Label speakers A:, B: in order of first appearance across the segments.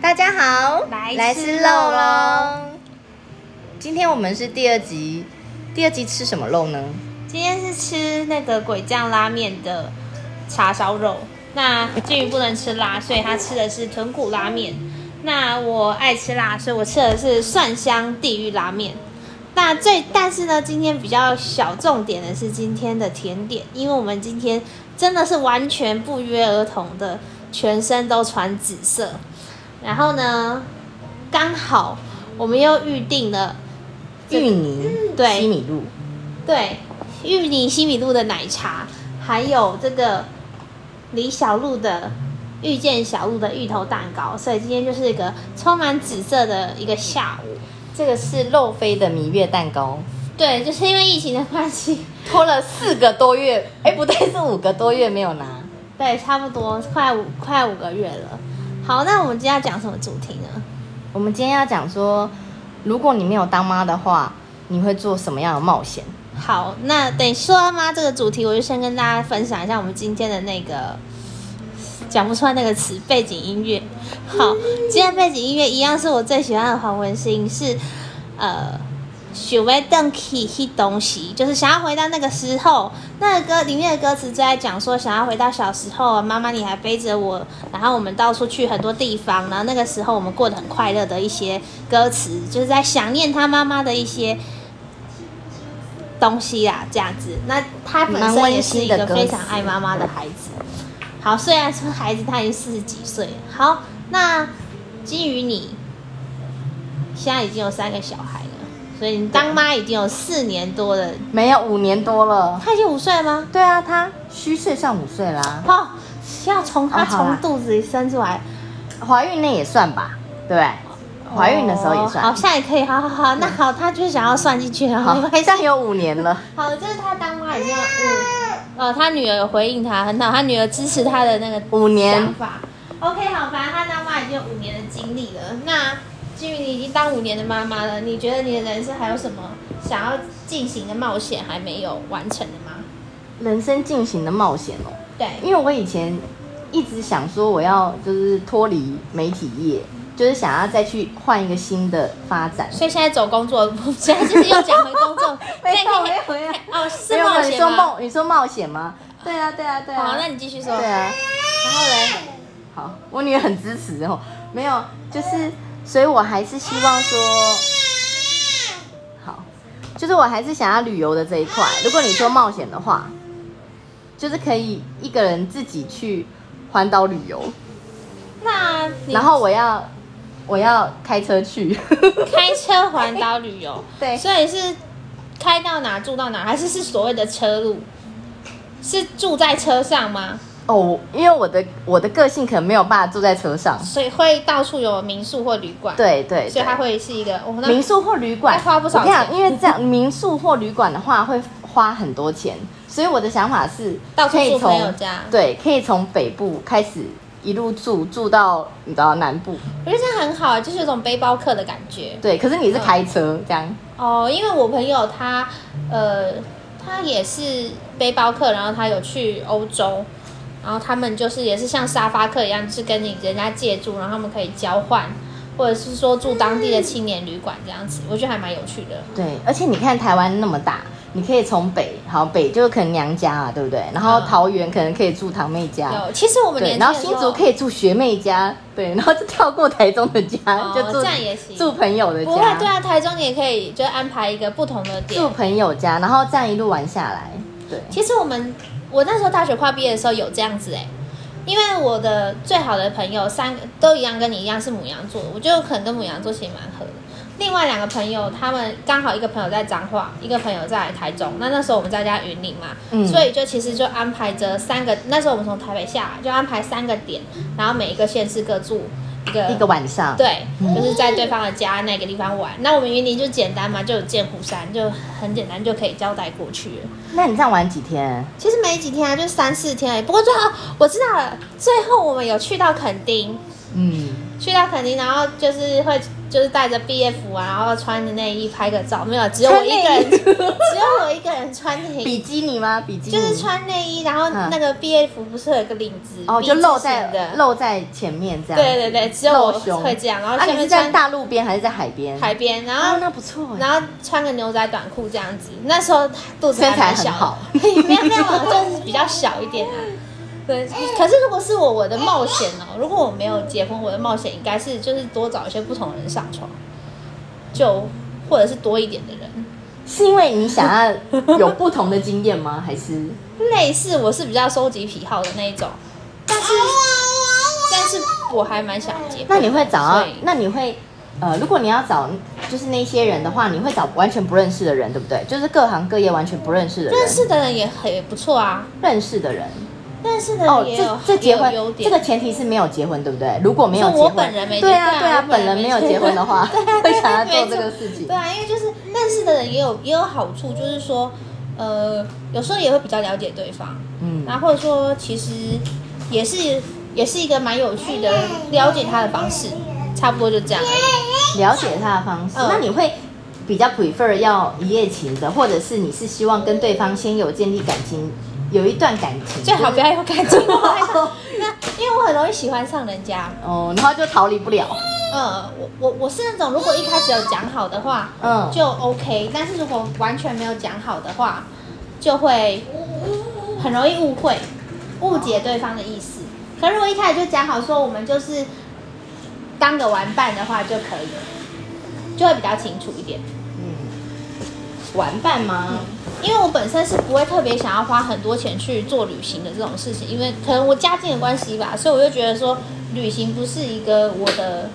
A: 大家好，
B: 来
A: 吃
B: 吃
A: 肉
B: 肉
A: 喽
B: 喽！
A: 今天我们是第二集，第二集吃什么肉呢？
B: 今天是吃那个鬼酱拉面的叉烧肉。那俊宇不能吃辣，所以他吃的是豚骨拉面。那我爱吃辣，所以我吃的是蒜香地狱拉面。那最但是呢，今天比较小重点的是今天的甜点，因为我们今天真的是完全不约而同的，全身都穿紫色。然后呢，刚好我们又预定了这个
A: 芋泥、
B: 对
A: 西米露，
B: 对，芋泥西米露的奶茶，还有这个李小璐的遇见小璐的芋头蛋糕，所以今天就是一个充满紫色的一个下午。
A: 这个是肉飞的蜜月蛋糕，
B: 对，就是因为疫情的关系，
A: 拖了四个多月， 哎，不对，是五个多月没有拿。
B: 对，差不多快五快五个月了。好，那我们今天要讲什么主题呢？
A: 我们今天要讲说，如果你没有当妈的话，你会做什么样的冒险？
B: 好，那等说到妈这个主题，我就先跟大家分享一下我们今天的那个讲不出来那个词背景音乐。好，今天背景音乐一样是我最喜欢的黄文兴，是呃。许巍邓 key 东西，就是想要回到那个时候。那个歌里面的歌词就在讲说，想要回到小时候，妈妈你还背着我，然后我们到处去很多地方，然后那个时候我们过得很快乐的一些歌词，就是在想念他妈妈的一些东西啦，这样子。那他本
A: 蛮
B: 身
A: 温
B: 也是
A: 馨
B: 一
A: 的
B: 个
A: 歌
B: 非常
A: 词
B: 爱妈妈的孩子。好，虽然说孩子他已经四十几岁了，好，那基于你现在已经有三个小孩了，所以你当妈已经有四年多了。
A: 没有，五年多了。
B: 他已经五岁了吗？
A: 对啊，他虚岁上五岁啦，
B: 哦，要从
A: 哦
B: 他
A: 好
B: 从
A: 啦
B: 肚子里生出来，
A: 怀孕那也算吧，对不对？怀孕的时候也算。
B: 哦好，现在可以，好好好，那好，他就是想要算进去了，
A: 好
B: 没关系
A: 像有五年了。
B: 好，这是他当妈已经
A: 啊
B: 要嗯，呃，他女儿有回应他，很好，他女儿支持他的那个
A: 五年
B: 想法。OK，好，反正他当妈已经有五年的经历了。那基于你已经当五年的妈妈了，你觉得你的人生还有什么想要进行的冒险还没有完成的吗？
A: 人生进行的冒险哦。
B: 对，
A: 因为我以前一直想说我要就是脱离媒体业，就是想要再去换一个新的发展。，
B: 所以现在走工作的路，现在就是又讲回工作
A: 没有没有
B: 可以可以
A: 没有
B: 哦，
A: 没
B: 是
A: 有
B: 冒
A: 你
B: 险
A: 说
B: 吗？
A: 冒你说冒险吗？对啊对啊对啊。
B: 好，那你继续说。
A: 对啊，
B: 然后嘞，
A: 好，我女儿很支持哦。没有，就是所以我还是希望说，好，就是我还是想要旅游的这一块。如果你说冒险的话，就是可以一个人自己去环岛旅游。
B: 那你
A: 然后我要我要开车去，，
B: 开车环岛旅游
A: 对
B: 所以是开到哪住到哪，还是是所谓的车路？是住在车上吗？
A: 哦，因为我的我的个性可能没有办法坐在车上，
B: 所以会到处有民宿或旅馆，，
A: 对对
B: 所
A: 对
B: 以它会是一个哦，那
A: 民宿或旅馆
B: 要花不少
A: 我跟你讲，
B: 钱
A: 因为这样 民宿或旅馆的话会花很多钱，所以我的想法是
B: 到处
A: 可以
B: 住朋友
A: 从
B: 家
A: 对，可以从北部开始一路住住到你知道南部，
B: 我觉得这样很好啊，就是有种背包客的感觉
A: 对，可是你是开车这样，
B: 哦。因为我朋友他呃，他也是背包客，然后他有去欧洲。然后他们就是也是像沙发客一样，就是跟你人家借住，然后他们可以交换，或者是说住当
A: 嗯
B: 地的青年旅馆这样子，我觉得还蛮有趣的。
A: 对，而且你看台湾那么大。你可以从北，好北就是可能娘家啊，对不对？然后
B: 嗯
A: 桃园可能可以住堂妹家，
B: 有，其实我们
A: 啊对，
B: 年
A: 然后
B: 轻的时
A: 新
B: 候
A: 竹可以住学妹家，对，然后就跳过台中的家，
B: 哦
A: 就住
B: 这样也行
A: 住朋友的家，
B: 不会，对啊，台中你也可以就安排一个不同的点
A: 住。朋友家，然后这样一路玩下来，对，
B: 其实我们我那时候大学快毕业的时候有这样子哎、因为我的最好的朋友三个都一样，跟你一样是母羊座，我就可能跟母羊座其实蛮合的。另外两个朋友，他们刚好一个朋友在彰化，一个朋友在台中。那那时候我们在家云林嘛，
A: 嗯
B: 所以就其实就安排着三个。那时候我们从台北下来，就安排三个点，然后每一个县市各住一个
A: 一个晚上，，
B: 对，就是在对方的家那个地方玩。那我们云林就简单嘛，就有剑湖山，就很简单就可以交代过去了。
A: 那你这样玩几天？
B: 其实没几天啊，就三四天而已。不过最后我知道了，最后我们有去到垦丁，
A: 嗯，
B: 去到垦丁，然后就是会就是带着 B F 啊，然后穿着内衣拍个照，没有，只有我一个人，
A: 穿内衣
B: 只有我一个人穿内 衣，
A: 比基尼吗？比基尼
B: 就是穿内衣，然后
A: 嗯
B: 那个 B F 不是有一个领子，
A: 哦，就
B: V 字
A: 露
B: 形
A: 在
B: 的，
A: 露在前面这样。
B: 对对对，只有我
A: 露胸
B: 会这样，然后
A: 啊，
B: 下
A: 你是
B: 面
A: 在
B: 穿
A: 大路边还是在海边？
B: 海边，然
A: 啊，
B: 后
A: 那不错哎。
B: 然后穿个牛仔短裤这样子，那时候肚子还
A: 身材
B: 蛮
A: 很
B: 小的
A: 好，
B: 没有没有，就是比较小一点啊。对，可是如果是我我的冒险哦，如果我没有结婚，我的冒险应该是就是多找一些不同人上床，就或者是多一点的人。
A: 是因为你想 要有不同的经验吗？还是
B: 类似我是比较收集癖好的那一种，但是但是我还蛮想结婚的。
A: 那你会找到
B: 所以？
A: 那你会呃，如果你要找就是那些人的话，你会找完全不认识的人，对不对？就是各行各业完全不认识的人，
B: 认识的人也很也不错啊，
A: 认识的人。
B: 认识的
A: 哦，
B: 人也有
A: 这这结
B: 也有优
A: 婚
B: 点
A: 这个前提是没有结婚，对不对？如果没有
B: 是
A: 结
B: 我
A: 婚，
B: 本人没
A: 对
B: 结
A: 啊
B: 婚
A: 对啊，
B: 我本
A: 本
B: 人
A: 人
B: 没
A: 没有
B: 结
A: 结
B: 婚啊
A: 婚的 话，会想要做这个事情
B: 对。啊，因为就是认识的人也有也有好处，就是说，呃，有时候也会比较了解对方，
A: 嗯
B: 然后或者说其实也是也是一个蛮有趣的了解他的方式，差不多就这样而已。
A: 了解他的方式。
B: 嗯
A: 那你会比较 prefer 要一夜情的，或者是你是希望跟对方先有建立感情，有一段感情，
B: 最好
A: 就
B: 不
A: 是
B: 要有感情， 那因为我很容易喜欢上人家，
A: 哦，然后就逃离不了。
B: 呃，我我我是那种如果一开始有讲好的话，
A: 嗯
B: 就 OK，但是如果完全没有讲好的话，就会很容易误会、误解对方的意思。可如果一开始就讲好说我们就是当个玩伴的话就可以了，就会比较清楚一点。
A: 嗯，玩伴吗？
B: 因为我本身是不会特别想要花很多钱去做旅行的这种事情，因为可能我家境的关系吧，所以我就觉得说旅行不是一个我的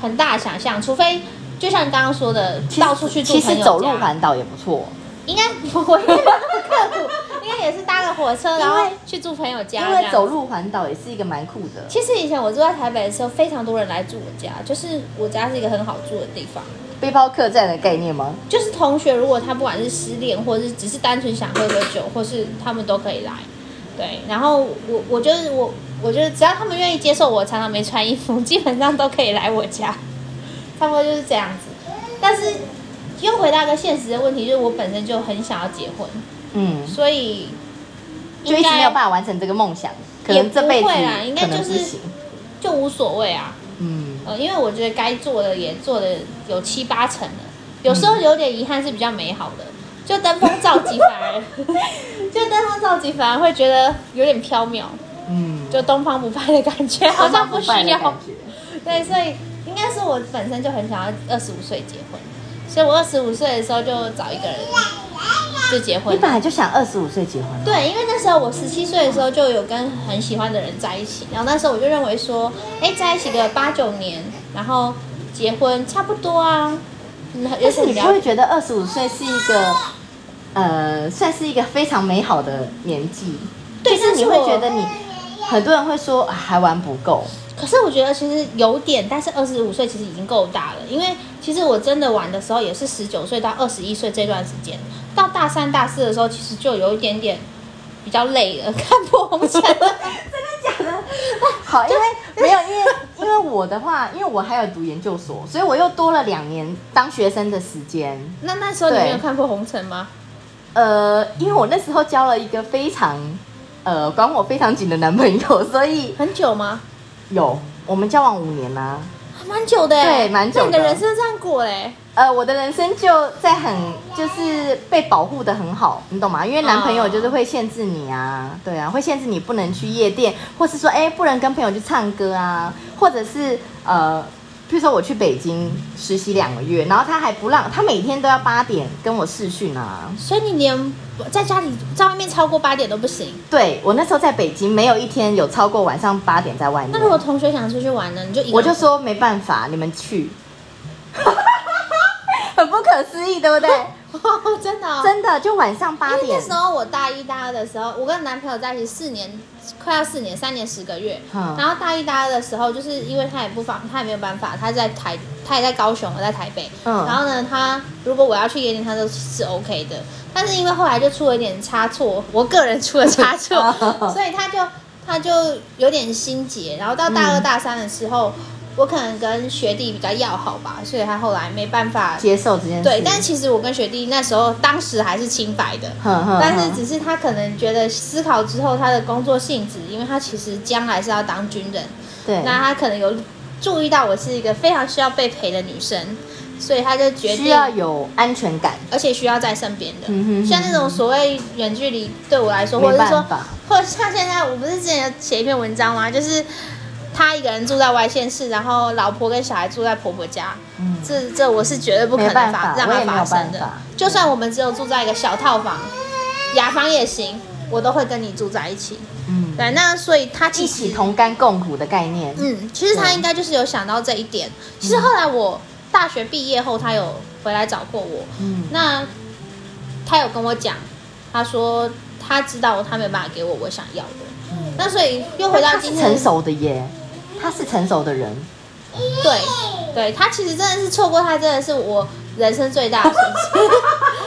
B: 很大的想象，除非就像你刚刚说的，
A: 其实
B: 到处去住
A: 其
B: 朋
A: 实
B: 友
A: 走路
B: 家
A: 环岛也不错，
B: 应该不会那么刻苦，应该也是搭个火车，
A: 因为
B: 然后去住朋友家
A: 因
B: 这
A: 为
B: 样。
A: 走路环岛也是一个蛮酷的。
B: 其实以前我住在台北的时候，非常多人来住我家，就是我家是一个很好住的地方。
A: 背包客栈的概念吗？
B: 就是同学，如果他不管是失恋，或者是只是单纯想喝喝酒，或是他们都可以来。对，然后我我就是我，我觉得只要他们愿意接受我，常常没穿衣服，基本上都可以来我家，差不多就是这样子。但是又回到一个现实的问题，就是我本身就很想要结婚，
A: 嗯，
B: 所以
A: 就一
B: 应
A: 直
B: 该
A: 没有办法完成这个梦想，可
B: 也
A: 能这
B: 不
A: 辈子
B: 会啦应该
A: 可能
B: 就
A: 不
B: 是
A: 行。
B: 就无所谓啊。
A: 嗯，
B: 呃，因为我觉得该做的也做的有七八成了，有时候有点遗憾是比较美好的，就登峰造极反 而，就登峰造极反而会觉得有点缥缈，
A: 嗯，
B: 就东方不败的感觉，好像不需
A: 东方败的感
B: 要。
A: 觉。
B: 对，所以应该是我本身就很想要二十五岁结婚，所以我二十五岁的时候就找一个人就结婚
A: 你
B: 了。
A: 本来就想二十五岁结婚。
B: 对，因为那时候我十七岁的时候就有跟很喜欢的人在一起，然后那时候我就认为说，哎，在一起个八九年，然后结婚差不多啊，嗯，有
A: 但是
B: 什么
A: 你不
B: 了
A: 会
B: 解？
A: 觉得二十五岁是一个，呃，算是一个非常美好的年纪？
B: 对
A: 就是
B: 但是
A: 你会
B: 我
A: 觉得你很多人会说啊还玩不 够，
B: 可是我觉得其实有点，但是二十五岁其实已经够大了，因为其实我真的玩的时候也是十九岁到二十一岁这段时间，到大三大四的时候其实就有一点点比较累了， 看破红尘了。
A: 好，因为没有，因为因为我的话，因为我还有读研究所，所以我又多了两年当学生的时间。
B: 那那时候你没有
A: 对
B: 看破红尘吗？
A: 呃，因为我那时候交了一个非常，呃，管我非常紧的男朋友，所以
B: 很久吗？
A: 有我们交往五年啊啦、
B: 还蛮久的欸，
A: 对蛮久
B: 那你的
A: 的
B: 人生这样过欸嘞。
A: 呃，我的人生就在很就是被保护的很好，你懂吗？因为男朋友就是会限制你啊，对啊，会限制你不能去夜店，或是说哎不能跟朋友去唱歌啊，或者是呃，譬如说我去北京实习两个月，然后他还不让他每天都要八点跟我视讯啊。
B: 所以你连在家里在外面超过八点都不行。
A: 对我那时候在北京没有一天有超过晚上八点在外面
B: 那，如果同学想出去玩呢，你就一个
A: 我就
B: 人
A: 说没办法，你们去， 很不可思议，对不对？
B: 真 的、哦，
A: 真的就晚上八
B: 因为
A: 点
B: 那。时候我大一大二的时候，我跟男朋友在一起四年，快要四年，三年十个月。
A: 嗯
B: 然后大一大二的时候，就是因为他也不方，他也没有办法，他在台，他也在高雄，我在台北。
A: 嗯，
B: 然后呢，他如果我要去夜店，他都是 OK 的。但是因为后来就出了一点差错，我个人出了差错 所以他就他就有点心结。然后到大二
A: 嗯
B: 大三的时候，我可能跟学弟比较要好吧，所以他后来没办法。
A: 接受这件事。
B: 对，但其实我跟学弟那时候当时还是清白的，
A: 哼嗯哼
B: 但是
A: 哼
B: 只是他可能觉得思考之后他的工作性质，因为他其实将来是要当军人，
A: 对，
B: 那他可能有注意到我是一个非常需要被陪的女生，所以他就决
A: 需
B: 定，
A: 要有安全感。
B: 而且需要在身边的。
A: 嗯哼
B: 像那种所谓远距离，对我来说，或
A: 没
B: 者
A: 办
B: 是说，
A: 法，
B: 或者像现在，我不是之前有写一篇文章吗？就是他一个人住在外县市，然后老婆跟小孩住在婆婆家，
A: 嗯，
B: 这这我是绝对不可能
A: 没办
B: 发
A: 法
B: 让
A: 我
B: 它
A: 也没
B: 发
A: 有
B: 生
A: 办
B: 的
A: 法。
B: 就算我们只有住在一个小套房，雅房也行，我都会跟你住在一起。
A: 嗯，
B: 对，那所以他
A: 一
B: 其
A: 起
B: 实，
A: 同甘共苦的概念。
B: 嗯，其实他
A: 对嗯
B: 应该就是有想到这一点。其实后来我大学毕业后，他有回来找过我，
A: 嗯
B: 那他有跟我讲，他说他知道他没办法给我我想要的。
A: 嗯，
B: 那所以又回到
A: 他
B: 今
A: 是
B: 天
A: 成，熟的耶，他是成熟的人。
B: 对，对他其实真的是错过他，真的是我人生最大的损失。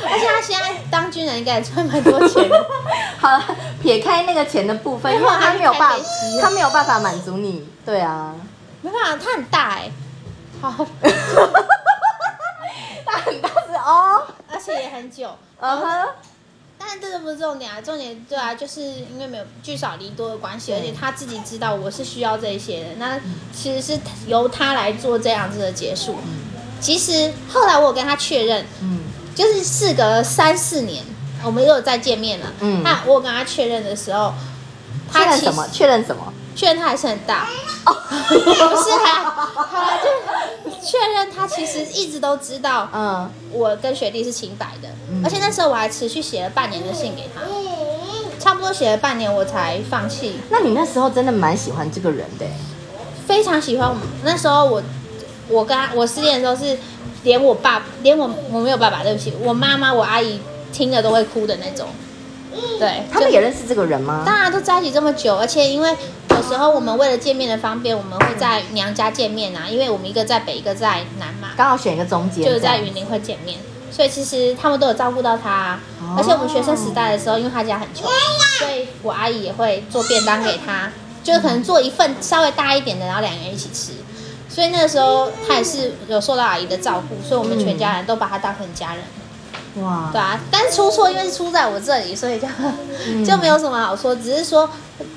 B: 而且他现在当军人应该也赚蛮多钱的，
A: 好了，撇开那个钱的部分，因为
B: 啊
A: 他没有办法，他没有办法满足你。对啊，
B: 没办法，他很大哎、好，
A: 他很大是哦，
B: 而且也很久。
A: 嗯哼，
B: 但是这个不是重点啊，重点对啊，就是因为没有聚少离多的关系，
A: 对
B: 而且他自己知道我是需要这些的，那其实是由他来做这样子的结束。其实后来我有跟他确认，
A: 嗯
B: 就是事隔三四年，我们又有再见面了。
A: 嗯
B: 那我有跟他确认的时候，
A: 确
B: 他
A: 认
B: 其
A: 什
B: 实
A: 么？确认什么？
B: 确认他还是很大， 哦 不是啊，好了，就确认他其实一直都知道
A: 嗯，
B: 我跟学弟是清白的，
A: 嗯
B: 而且那时候我还持续写了半年的信给他，差不多写了半年我才放弃。
A: 那你那时候真的蛮喜欢这个人的耶。
B: 非常喜欢我们那时候我，我跟他我失恋的时候是连我爸连我我没有爸爸，对不起，我妈妈我阿姨听了都会哭的那种。对，
A: 嗯他们也认识这个人吗？
B: 当然都在一起这么久，而且因为有时候我们为了见面的方便，我们会在娘家见面啊，因为我们一个在北，一个在南嘛，
A: 刚好选一个中间，
B: 就是在
A: 这样
B: 云林会见面，所以其实他们都有照顾到他啊、
A: 哦
B: 而且我们学生时代的时候，因为他家很穷，所以我阿姨也会做便当给他，就是可能做一份稍微大一点的，然后两个人一起吃。所以那个时候他也是有受到阿姨的照顾，所以我们全家人都把他当成家人，
A: 哇，
B: 对啊。但是出错因为是出在我这里，所以就、
A: 嗯
B: 就没有什么好说，只是说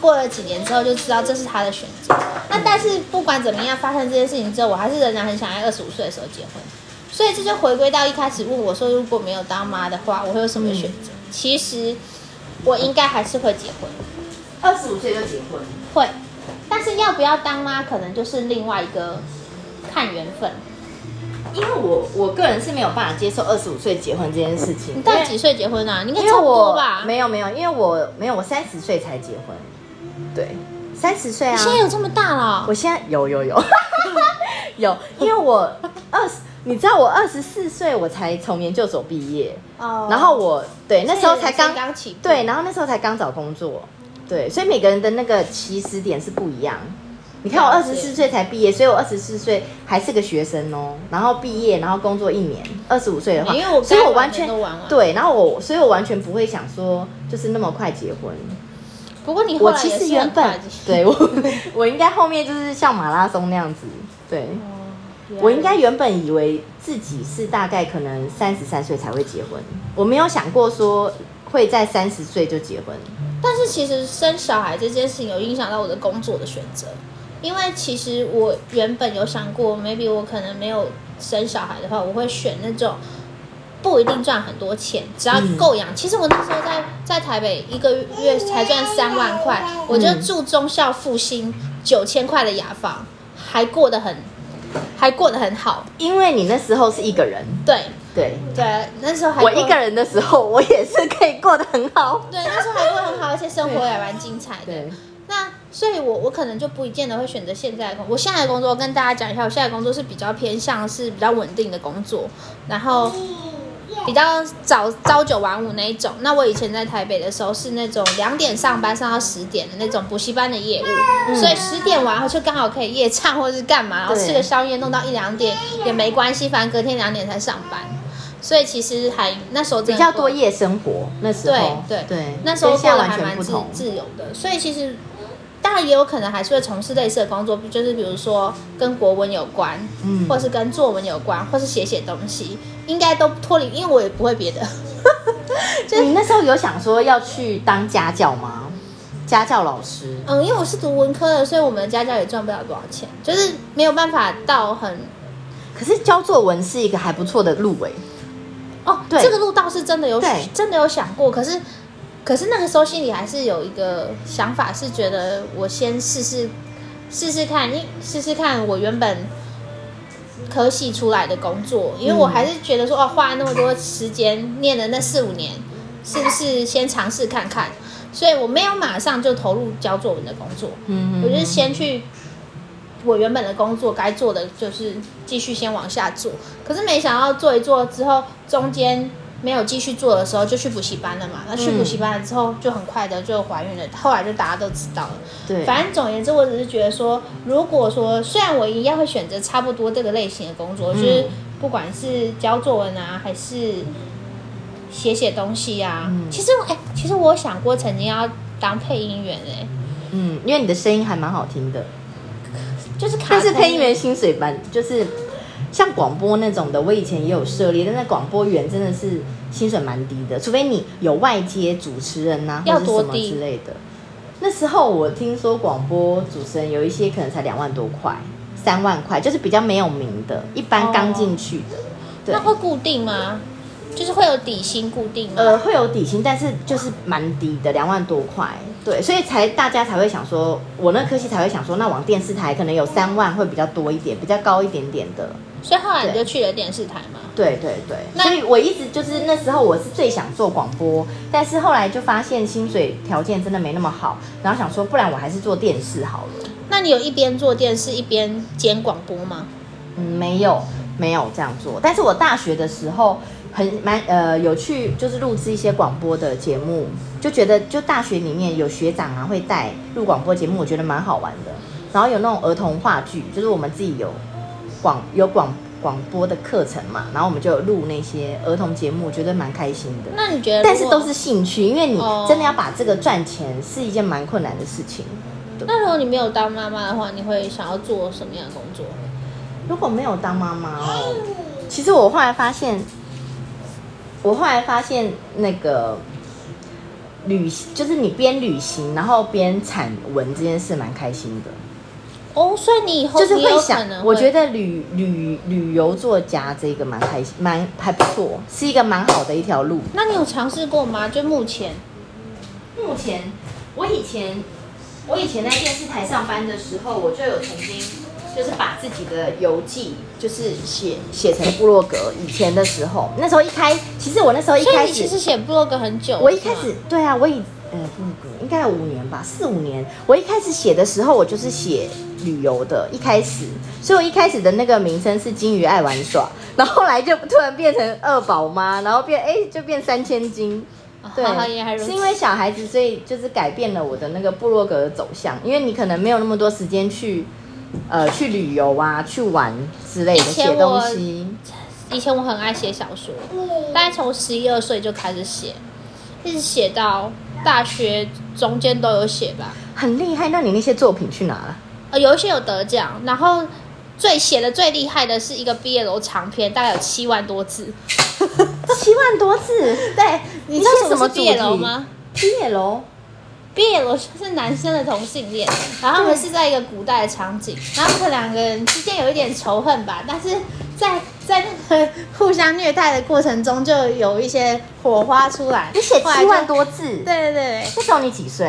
B: 过了几年之后就知道这是他的选择。那但是不管怎么样，发生这件事情之后，我还是仍然很想在二十五岁的时候结婚。所以这就回归到一开始问我说，如果没有当妈的话，我会有什么选择？
A: 嗯
B: 其实我应该还是会结婚，
A: 二十五岁就结婚，
B: 会，但是要不要当妈，可能就是另外一个看缘分。
A: 因为我我个人是没有办法接受二十五岁结婚这件事情。
B: 你到底几岁结婚啊？你应该
A: 因为
B: 差不多
A: 我
B: 吧？
A: 没有没有，因为我没有，我三十岁才结婚，对，三十岁啊
B: 你，现在有这么大了
A: 我？现在有有有 有，因为我二十，你知道我二十四岁我才从研究所毕业，
B: 哦
A: 然后我对哎那时候才刚
B: 刚起步，
A: 对，然后那时候才刚找工作，对，所以每个人的那个起始点是不一样。你看我
B: 了
A: 二
B: 解
A: 十四岁才毕业，所以我二十四岁还是个学生哦。然后毕业，然后工作一年，二十五岁的话，
B: 因为我
A: 所以
B: 该
A: 我
B: 玩
A: 完
B: 的
A: 全
B: 都玩完
A: 对，然后我所以我完全不会想说就是那么快结婚。
B: 不过你后
A: 我
B: 来
A: 其
B: 也
A: 实
B: 是
A: 原
B: 很快
A: 本
B: 的。
A: 对我我 应该后面就是像马拉松那样子，对
B: 哦
A: 我应该原本以为自己是大概可能三十三岁才会结婚，我没有想过说会在三十岁就结婚。
B: 但是其实生小孩这件事情有影响到我的工作的选择，因为其实我原本有想过，maybe 我可能没有生小孩的话，我会选那种不一定赚很多钱，只要
A: 嗯
B: 够养。其实我那时候在在台北一个月才赚三万块，
A: 嗯
B: 我就住忠孝复兴九千块的雅房，还过得很还过得很好。
A: 因为你那时候是一个人，
B: 对
A: 对
B: 对，那时候还
A: 我
B: 过
A: 一个人的时候，我也是可以过得很好。
B: 对那时候还过得很好，而且生活也蛮精彩的。
A: 对，
B: 那所以我，我可能就不一见得会选择现在的工我现在的工作跟大家讲一下，我现在的工作是比较偏向是比较稳定的工作，然后比较早朝九晚五那一种。那我以前在台北的时候是那种两点上班上到十点的那种补习班的业务，所以十点完后就刚好可以夜唱或者是干嘛，然后
A: 嗯对
B: 吃个宵夜弄到一两点也没关系，反正隔天两点才上班。所以其实还那时候
A: 比
B: 真的
A: 较
B: 过
A: 多夜生活那时候，
B: 对对
A: 对，
B: 那时候
A: 跟现
B: 过
A: 在完
B: 得还蛮
A: 全不
B: 自
A: 同。
B: 自由的，所以其实当然也有可能还是会从事类似的工作，就是比如说跟国文有关，
A: 嗯
B: 或是跟作文有关，或是写写东西，应该都脱离，因为我也不会别的。
A: 你那时候有想说要去当家教吗？家教老师，
B: 嗯，因为我是读文科的，所以我们家教也赚不了多少钱，就是没有办法到很
A: 可是教作文是一个还不错的路哎、
B: 哦，
A: 对
B: 这个路倒是真的有
A: 对
B: 真的有想过，可是可是那个时候心里还是有一个想法，是觉得我先试试试试看，因试试看我原本科系出来的工作，因为我还是觉得说哦，花了那么多时间念了那四五年，是不是先尝试看看？所以我没有马上就投入教作文的工作，
A: 嗯
B: 我就是先去我原本的工作该做的，就是继续先往下做。可是没想到做一做之后，中间没有继续做的时候，就去补习班了嘛。那去补习班了之后，就很快的就怀孕了。后来就大家都知道了。
A: 对，
B: 反正总而言之，我只是觉得说，如果说虽然我一样会选择差不多这个类型的工作，
A: 嗯
B: 就是不管是教作文啊，还是写写东西啊，
A: 嗯
B: 其实我哎、其实我有想过曾经要当配音员哎、
A: 嗯，因为你的声音还蛮好听的，
B: 就是卡
A: 但是
B: 通
A: 配音员薪水蛮就是像广播那种的，我以前也有涉猎，但是广播员真的是薪水蛮低的，除非你有外接主持人呐、
B: 要
A: 或者
B: 多
A: 什么
B: 低
A: 之类的。那时候我听说广播主持人有一些可能才两万多块、三万块，就是比较没有名的，一般刚进去的。
B: 哦
A: 对
B: 那会固定吗？就是会有底薪固定吗？
A: 呃，会有底薪，但是就是蛮低的，两万多块。对，所以才大家才会想说，我那科系才会想说，那往电视台可能有三万会比较多一点，比较高一点点的。
B: 所以后来你
A: 对
B: 就去了电视台嘛。
A: 对对对，
B: 那
A: 所以我一直就是那时候我是最想做广播，但是后来就发现薪水条件真的没那么好，然后想说，不然我还是做电视好了。
B: 那你有一边做电视一边兼广播吗？
A: 嗯，没有没有这样做，但是我大学的时候很蛮呃有去就是录制一些广播的节目，就觉得就大学里面有学长啊会带录广播节目，我觉得蛮好玩的。然后有那种儿童话剧，就是我们自己有广有广广播的课程嘛，然后我们就有录那些儿童节目，觉得蛮开心的。
B: 那你觉得？
A: 但是都是。兴趣，因为你
B: 哦
A: 真的要把这个赚钱是一件蛮困难的事情。
B: 那如果你没有当妈妈的话，你会想要做什么样的工作？
A: 如果没有当妈妈哦，其实我后来发现，我后来发现那个旅行，就是你边旅行然后边产文这件事蛮开心的，
B: 哦，所以你以后
A: 就是
B: 你有
A: 会
B: 可
A: 想
B: 能，
A: 我觉得
B: 得
A: 旅旅旅游作家这个蛮开心，蛮还不错，是一个蛮好的一条路。
B: 那你有尝试过吗？就目前，
A: 目前，我以前我以前在电视台上班的时候，我就有曾经就是把自己的游记就是写写成部落格。以前的时候，那时候一开，其实我那时候一
B: 所以
A: 开
B: 你其
A: 始，
B: 实写 blog 很久。
A: 我一开
B: 是吗
A: 始对啊，我以呃部落格应该有五年吧，四五年。我一开始写的时候，我就是写旅游的，一开始，所以我一开始的那个名称是金鱼爱玩耍，然后后来就突然变成二宝妈，然后变哎、就变三千金。
B: 哦原来
A: 对，
B: 如
A: 是
B: 此
A: 因为小孩子，所以就是改变了我的那个部落格的走向。因为你可能没有那么多时间去，呃，去旅游啊，去玩之类的，
B: 以前
A: 写东
B: 我
A: 西。
B: 以前我很爱写小说，
A: 嗯
B: 大概从十一二岁就开始写，一直写到大学中间都有写吧。
A: 很厉害，那你那些作品去哪了？
B: 呃，有一些有得奖，然后最写的最厉害的是一个毕业楼长篇，大概有七万多字。
A: 七万多 字，对，
B: 你知道
A: 写
B: 什么是
A: 主
B: 毕业
A: 题
B: 楼吗？
A: 毕业楼，
B: 毕业楼是男生的同性恋，然后他们是在一个古代的场景，然后他们两个人之间有一点仇恨吧，但是在在那个互相虐待的过程中，就有一些火花出来。
A: 你写
B: 后来
A: 七
B: 就
A: 万？多字，
B: 对对对。
A: 那时候你几岁？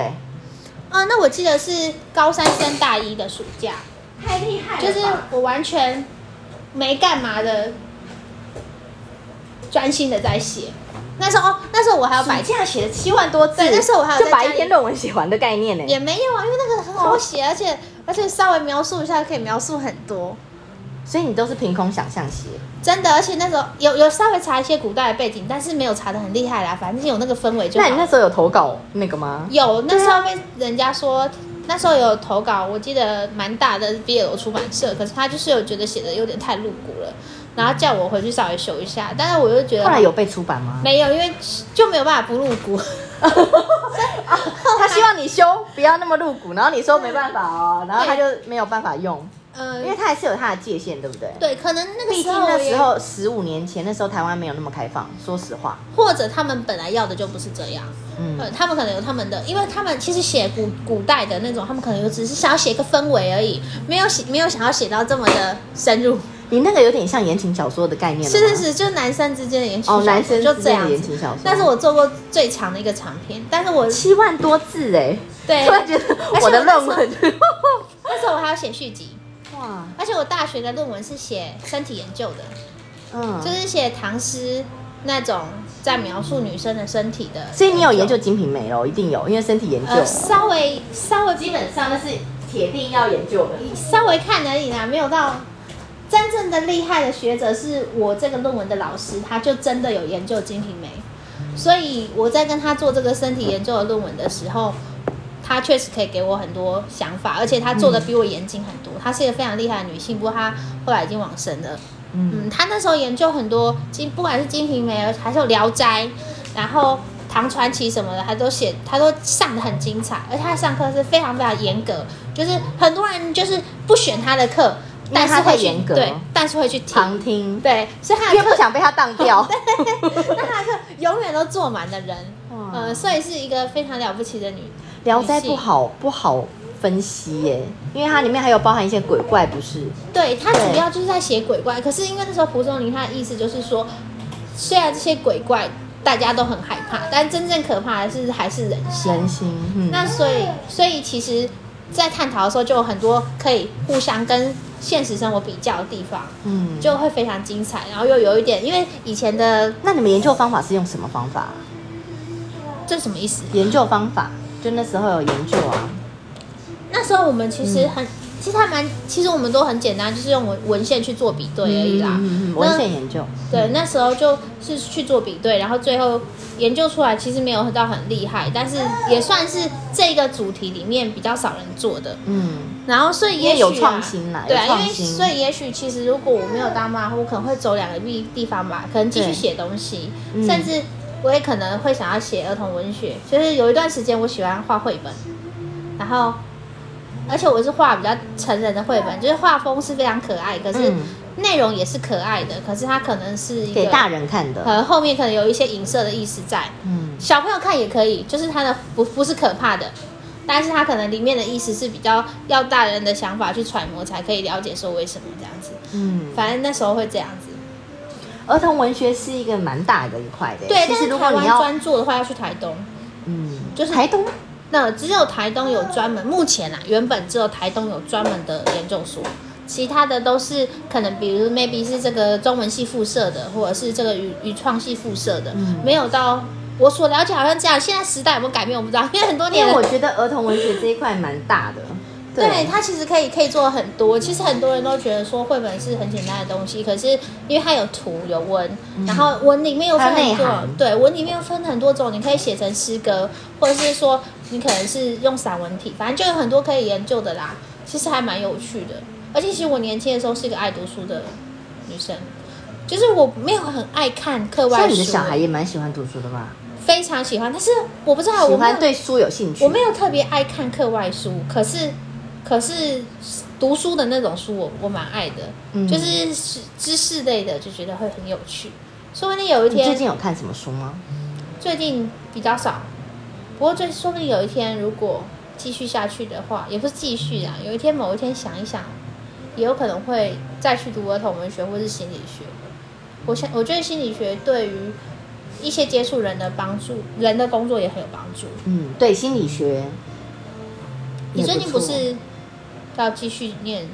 B: 啊，那我记得是高三升大一的暑假，
A: 太厉害
B: 就是我完全没干嘛的，专心的在写。那时候哦，那时候我还有
A: 暑
B: 摆，
A: 假写了七万多字，
B: 对那时候我还有
A: 就
B: 在
A: 把
B: 家
A: 一
B: 里
A: 篇论文写完的概念呢。
B: 也没有啊，因为那个很好写，而且而且稍微描述一下可以描述很多，
A: 所以你都是凭空想象写。
B: 真的。而且那时候有有稍微查一些古代的背景，但是没有查的很厉害啦，反正有那个氛围就
A: 那
B: 好
A: 你。那时候有投稿那个吗？
B: 有那时候被人家说，那时候有投稿，我记得蛮大的 BL 出版社，可是他就是有觉得写的有点太露骨了，然后叫我回去稍微修一下，但是我又觉得
A: 后来有被出版吗？
B: 没有，因为就没有办法不露骨，
A: 他希望你修不要那么露骨，然后你说没办法哦，然后他就没有办法用，因为
B: 嗯，
A: 他还是有他的界限，对不对？
B: 对，可能那个
A: 毕
B: 时
A: 竟
B: 候
A: 那
B: 也
A: 时候十五年前，那时候台湾没有那么开放，说实话，
B: 或者他们本来要的就不是这样，
A: 嗯
B: 呃，他们可能有他们的，因为他们其实写古古代的那种，他们可能有只是想要写一个氛围而已，没有写没有想要写到这么的深入。
A: 你那个有点像言情小说的概念了
B: 是
A: 吗
B: 是是，就是男生之间的言情小
A: 哦，
B: 说
A: 男生
B: 就
A: 之
B: 这
A: 间
B: 样
A: 的言
B: 子。
A: 情小说，
B: 但是我做过最长的一个长篇，但是 我
A: 七万多字哎，
B: 对
A: 突然觉得我的论文，
B: 那时候我还要写续集，
A: 哇，
B: 而且我大学的论文是写身体研究的，
A: 嗯，
B: 就是写唐诗那种在描述女生的身体的。
A: 所以你有研究《金瓶梅》哦，一定有，因为身体研究，
B: 呃，稍微稍微
A: 基本上那是铁定要研究的。
B: 稍微看而已啦，啊没有到真正的厉害的学者是我这个论文的老师，他就真的有研究《金瓶梅》，所以我在跟他做这个身体研究的论文的时候，他确实可以给我很多想法，而且他做的比我严谨很多。她是一个非常厉害的女性，不过她后来已经往生了。
A: 嗯，
B: 嗯，她那时候研究很多金，不管是《金瓶梅》还是《聊斋》，然后。唐传奇什么的，她都写，她都上的很精彩，而且她上课是非常非常严格，就是很多人就是不选她的课，
A: 因为
B: 但是
A: 她太
B: 会去
A: 严格
B: 对，但是会去听，
A: 旁听，
B: 对，所以她
A: 因
B: 的
A: 为不
B: 课，
A: 想被他当掉。
B: 那她的课永远都坐满的人，
A: 哇
B: 呃，所以是一个非常了不起的女，
A: 《聊斋》不好不好分析耶，因为它里面还有包含一些鬼怪，不是？
B: 对她
A: 对
B: 主要就是在写鬼怪，可是因为那时候蒲松龄他的意思就是说，虽然这些鬼怪大家都很害怕，但真正可怕的是还是人性。
A: 人心，嗯，
B: 那所以，所以其实，在探讨的时候，就有很多可以互相跟现实生活比较的地方，
A: 嗯，
B: 就会非常精彩。然后又有一点，因为以前的
A: 那你们研究方法是用什么方法？
B: 这什么意思？
A: 研究方法就那时候有研究啊，
B: 那时候我们其实很，其实还蛮，其实我们都很简单，就是用文文献去做比对而已啦。
A: 嗯嗯嗯文献研究，
B: 对，那时候就是去做比对，然后最后研究出来，其实没有到很厉害，但是也算是这个主题里面比较少人做的。
A: 嗯，
B: 然后所以
A: 因
B: 也
A: 为
B: 许、啊、
A: 有创新啦
B: 对啊，
A: 有
B: 因
A: 创
B: 为
A: 新
B: 所以也许其实如果我没有当漫画，我可能会走两个地地方吧，可能继续
A: 对
B: 写东西，
A: 嗯
B: 甚至我也可能会想要写儿童文学。就是有一段时间我喜欢画绘本，然后而且我是画比较成人的绘本，就是画风是非常可爱，可是
A: 嗯
B: 内容也是可爱的，可是它可能是一个
A: 给大人看
B: 可
A: 的，
B: 能后面可能有一些影射的意思在，
A: 嗯
B: 小朋友看也可以，就是它的不不是可怕的，但是它可能里面的意思是比较要大人的想法去揣摩才可以了解说为什么这样子。
A: 嗯，
B: 反正那时候会这样子。
A: 儿童文学是一个蛮大的一块的耶，
B: 对，
A: 其
B: 但
A: 实
B: 是
A: 如
B: 台
A: 果
B: 湾
A: 你要，
B: 专做的话要去台东，
A: 嗯，
B: 就是
A: 台东，
B: 那只有台东有专门，目前啊原本只有台东有专门的研究所。其他的都是可能，比如 maybe 是这个中文系附设的，或者是这个语语创系附设的，
A: 嗯
B: 没有到我所了解好像这样。现在时代有没有改变我不知道，因为很多
A: 因
B: 年
A: 为
B: 了
A: 我觉得儿童文学这一块蛮大的，
B: 对，它其实可以可以做很多。其实很多人都觉得说绘本是很简单的东西，可是因为它有图有文，然后文里面又分
A: 嗯还有
B: 很
A: 内
B: 多
A: 涵，
B: 对，文里面又分很多种，你可以写成诗歌，或者是说你可能是用散文体，反正就有很多可以研究的啦。其实还蛮有趣的，而且其实我年轻的时候是一个爱读书的女生，就是我没有很爱看课外
A: 像
B: 书，
A: 你的小孩也蛮喜欢读书的吧？
B: 非常喜欢，但是我不知道
A: 喜
B: 我没有
A: 欢对书有兴趣。
B: 我没有特别爱看课外书，可是可是读书的那种书我，我蛮爱的，
A: 嗯
B: 就是知知识类的，就觉得会很有趣。说不定有一
A: 你
B: 天，
A: 最近有看什么书吗？
B: 最近比较少，不过最说不定有一天，如果继续下去的话，也不是继续啊，有一天某一天想一想，也有可能会再去读儿童文学或是心理学。我想，我觉得心理学对于一些接触人的帮助，人的工作也很有帮助。
A: 嗯，对，心理学。
B: 你最
A: 也
B: 近
A: 错
B: 不？是要继续念？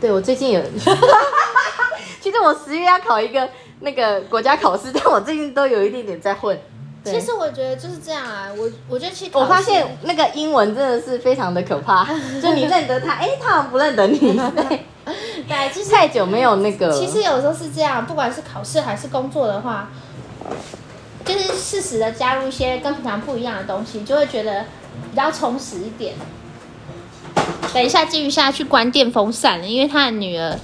A: 对，我最近 有。 其实我十月要考一个那个国家考试，但我最近都有一点点在混。对
B: 其实我觉得就是这样啊，我我觉得去考
A: 我
B: 试
A: 发现那个英文真的是非常的可 怕，就你认得他，哎、他好像不认得你。对，
B: 对，其实
A: 太久没有那个。
B: 其实有时候是这样，不管是考试还是工作的话，就是适时的加入一些跟平常不一样的东西，就会觉得比较充实一点。等一下，金鱼现在去关电风扇了，因为他的女儿。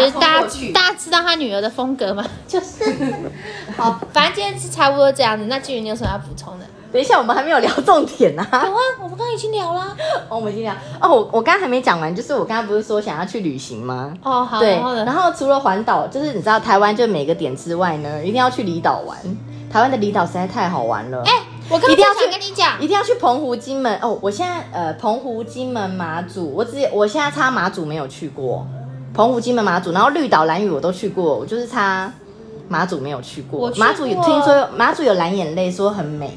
A: 嗯想要
B: 是
A: 冲
B: 大
A: 过
B: 家
A: 去
B: 大家知道他女儿的 风格吗？就是好，反正今天是差不多这样子。那金鱼你有什么要补充的？
A: 等一下，我们还没有聊重点呢、
B: 有啊，我们刚刚已经聊啦。
A: 哦，我们今天哦，我我刚刚还没讲完，就是我刚刚不是说想要去旅行吗？
B: 哦，好，
A: 对
B: 然后，
A: 然
B: 呢？
A: 后除了环岛，就是你知道台湾就每个点之外呢，一定要去离岛玩。台湾的离岛实在太好玩了，
B: 哎、我刚
A: 一
B: 刚
A: 定要
B: 就
A: 去
B: 想跟你讲，
A: 嗯一定要去澎湖、金门哦。我现在呃，澎湖、金门、马祖，我只我现在差马祖没有去过，澎湖、金门、马祖，然后绿岛、蓝屿我都去过，我就是差马祖没有去过。
B: 我去
A: 马祖有
B: 过
A: 听说马祖有蓝眼泪，说很美。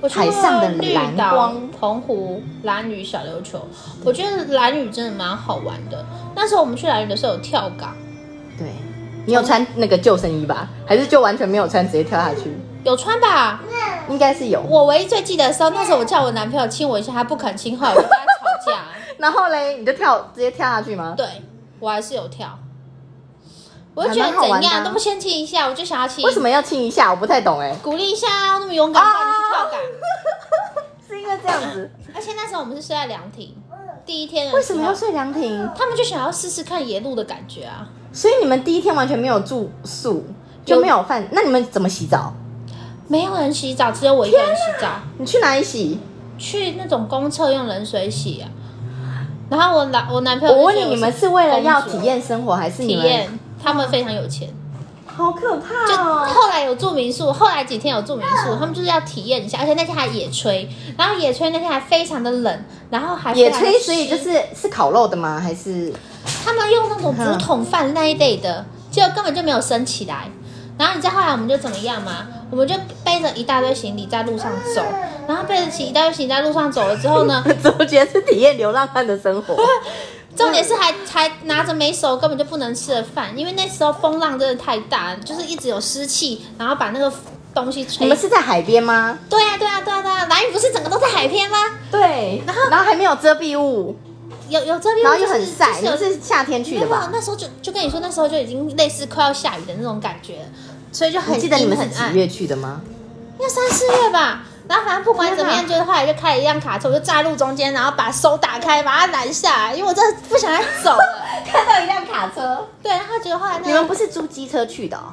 B: 我去过
A: 海上的
B: 绿
A: 蓝
B: 岛
A: 光、
B: 澎湖、蓝屿、小琉球，我觉得蓝屿真的蛮好玩的。那时候我们去蓝屿的时候有跳港，
A: 对，你有穿那个救生衣吧？还是就完全没有穿，直接跳下去？
B: 有穿吧？
A: 应该是有。
B: 我唯一最记得的时候，那时候我叫我男朋友亲我一下，他不肯亲，后来我跟他吵架。
A: 然后嘞，你就跳直接跳下去吗？
B: 对我还是有跳，我就觉得
A: 还蛮好玩
B: 怎
A: 的啊
B: 样都不先亲一下，我就想要亲，
A: 为什么要亲一下？我不太懂哎、
B: 鼓励一下啊？那么勇敢，
A: 哦
B: 不
A: 是
B: 然你去跳港。
A: 因为这样子？
B: 而且那时候我们是睡在凉亭，第一天的时候
A: 为什么要？睡凉亭？
B: 他们就想要试试看野路的感觉啊。
A: 所以你们第一天完全没有住宿，就没有饭，那你们怎么洗澡？
B: 没有人洗澡，只有我一个人洗澡，
A: 你去哪里洗？
B: 去那种公厕用冷水洗啊。然后我男我男朋友就
A: 我问
B: 觉
A: 你，
B: 得
A: 你们
B: 是
A: 是为了要
B: 公主啊
A: 体验生活，还是你
B: 体
A: 们？
B: 验，他们非常有钱。
A: 好可
B: 就
A: 怕哦！
B: 后来有住民宿，后来几天有住民宿，他们就是要体验一下，而且那天还野炊，然后野炊那天还非常的冷，然后还
A: 野
B: 非常地
A: 炊，所以就
B: 湿
A: 是是烤肉的吗？还是
B: 他们用那种竹筒饭那一类的，结果根本就没有升起来。然后你知道后来我们就怎么样吗？我们就背着一大堆行李在路上走，然后背着起一大堆行李在路上走了之后呢，
A: 怎么觉得是体验流浪汉的生活？
B: 重点是还还拿着没熟根本就不能吃的饭，因为那时候风浪真的太大，就是一直有湿气，然后把那个东西吹
A: 你们。是在海边吗？
B: 对啊呀、对呀、对呀、对呀、蓝屿不是整个都在海边吗？
A: 对，然后然后还没有遮蔽物，
B: 有有嗯这边、就是，
A: 然后又很晒，
B: 就
A: 你们
B: 是有
A: 是夏天去的
B: 没有
A: 吧？
B: 那时候就就跟你说，那时候就已经类似快要下雨的那种感觉了，所以就很
A: 你记得你们是
B: 阴很暗
A: 几月去的吗？
B: 应该三四月吧。然后反正不管怎么样，
A: 天
B: 就是后来就开了一辆卡车，我就站在路中间，然后把手打开，把它拦下来，因为我真的不想再走了。
A: 看到一辆卡车，
B: 对，然后结果后来
A: 你们
B: 那
A: 不是租机车去的、哦？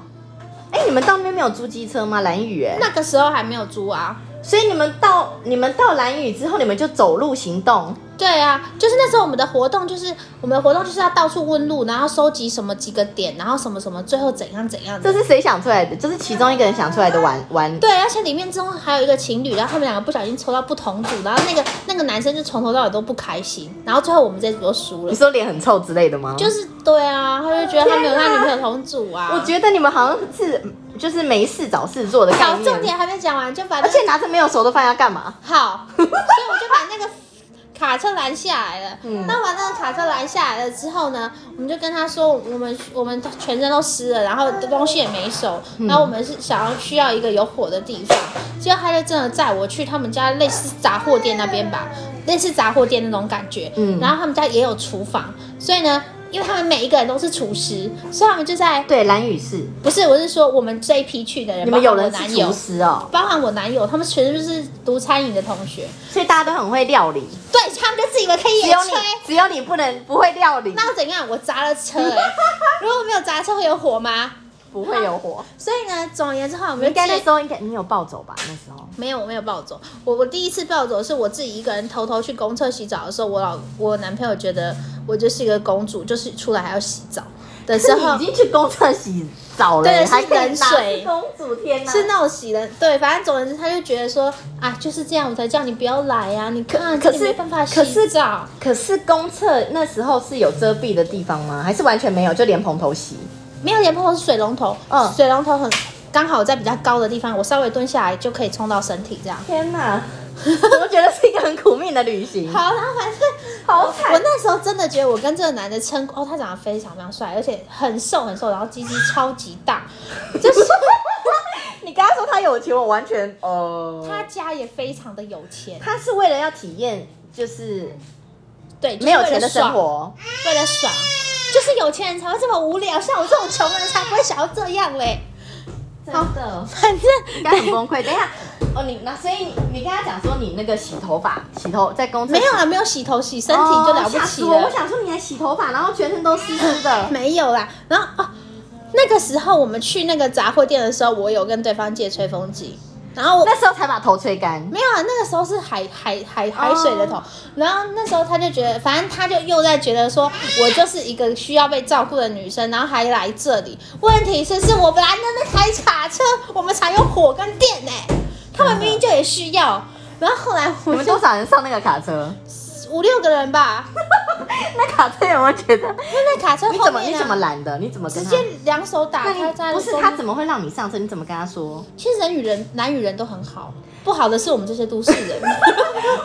A: 哎，你们到那边没有租机车吗？蓝雨哎，
B: 那个时候还没有租啊。
A: 所以你们到你们到蓝雨之后，你们就走路行动。
B: 对啊，就是那时候我们的活动就是我们的活动就是要到处问路，然后收集什么几个点，然后什么什么，最后怎样怎样的
A: 这是谁想出来的？就是其中一个人想出来的玩玩。
B: 啊对，而且里面中还有一个情侣，然后他们两个不小心抽到不同组，然后那个那个男生就从头到尾都不开心，然后最后我们这组就输了
A: 你。说脸很臭之类的吗？
B: 就是对啊，他就觉得他没有跟他女朋友同组啊。
A: 我觉得你们好像是就是没事找事做的概
B: 好，
A: 念。
B: 重点还没讲完，就把那
A: 而且拿着没有熟的饭要干嘛？
B: 好， 所以我就把那个卡车拦下来了。
A: 嗯
B: 那把那个卡车拦下来了之后呢，我们就跟他说，我们我们全身都湿了，然后东西也没熟，
A: 嗯
B: 然后我们是想要需要一个有火的地方。结果他就真的载我去他们家类似杂货店那边吧，类似杂货店那种感觉。
A: 嗯
B: 然后他们家也有厨房，所以呢。因为他们每一个人都是厨师，所以他们就在
A: 对，蓝雨是
B: 不是，我是说我们这一批去的人，
A: 你们
B: 包
A: 有
B: 括我
A: 人
B: 男
A: 是
B: 友
A: 厨师哦，
B: 包含我男友，他们全都是读餐饮的同学，
A: 所以大家都很会料理，
B: 对他们就自以为可以
A: 只
B: 野
A: 有你
B: 炊。
A: 只有你不能不会料理，
B: 那又怎样？我砸了 车、欸，如果没有砸车会有火吗？
A: 不会有火。
B: 所以呢，总而言之后，我
A: 你
B: 们
A: 应
B: 就
A: 该那
B: 自
A: 时候应该你有暴走吧？那时候
B: 没有我没有暴走，我我第一次暴走是我自己一个人偷偷去公厕洗澡的时候，我老我男朋友觉得我就是一个公主，就是出来还要洗澡的时
A: 是
B: 候
A: 你已，经去公厕洗澡了，
B: 对
A: 还
B: 是
A: 可以
B: 冷
A: 拿
B: 水
A: 公主天哪！
B: 是那种洗人，对，反正总而言之，他就觉得说啊，就是这样，我才叫你不要来啊，你看，
A: 可
B: 这
A: 是
B: 没办法
A: 可是
B: 洗澡。
A: 可是公厕那时候是有遮蔽的地方吗？还是完全没有，就连蓬头洗？
B: 没有莲蓬头是水龙头，
A: 嗯
B: 水龙头很刚好在比较高的地方，我稍微蹲下来就可以冲到身体这样。
A: 天 哪，我觉得是一个很苦命的旅行，
B: 好，然后反正
A: 好
B: 我。那时候真的觉得我跟这个男的撑哦，他长得非常非常帅，而且很瘦很瘦，然后鸡鸡超级大，就是
A: 你刚刚说他有钱，我完全呃，
B: 他家也非常的有钱，
A: 他是为了要体验就是
B: 对，就是
A: 没有
B: 为了
A: 钱的生
B: 爽，
A: 活，
B: 为了爽，就是有钱人才会这么无聊，像我这种穷人才不会想要这样嘞。
A: 真的
B: 反
A: 应
B: 正
A: 该很崩溃。等一下哦，你那所以你你跟他讲说你那个洗头发、洗头在公厕
B: 没有啊，没有洗头洗身体就了不
A: 哦吓死
B: 起了。。
A: 我！我想说你还洗头发，然后全身都湿湿的
B: 没有啦。然后哦，那个时候我们去那个杂货店的时候，我有跟对方借吹风机，然后 我
A: 那时候才把头吹干。
B: 没有啊，那个时候是海海海海水的头
A: 哦
B: 然后那时候他就觉得，反正他就又在觉得说，我就是一个需要被照顾的女生，然后还来这里。问题是，是我本来那那台卡车，我们才有火跟电呢、他们明明就也需要。然后后来
A: 你
B: 我
A: 们
B: 就
A: 多少人上那个卡车？
B: 五六个人吧，
A: 那卡车有没有觉得？
B: 因为那卡车
A: 你
B: 后
A: 怎么你
B: 面
A: 怎么
B: 啊，
A: 拦的？你怎么
B: 直
A: 跟他
B: 接？两手打
A: 那
B: 开，
A: 你
B: 在
A: 不是他
B: 么？
A: 怎么会让你上车？你怎么跟他说？
B: 其实人与人，男与人都很好，不好的是我们这些都市 人。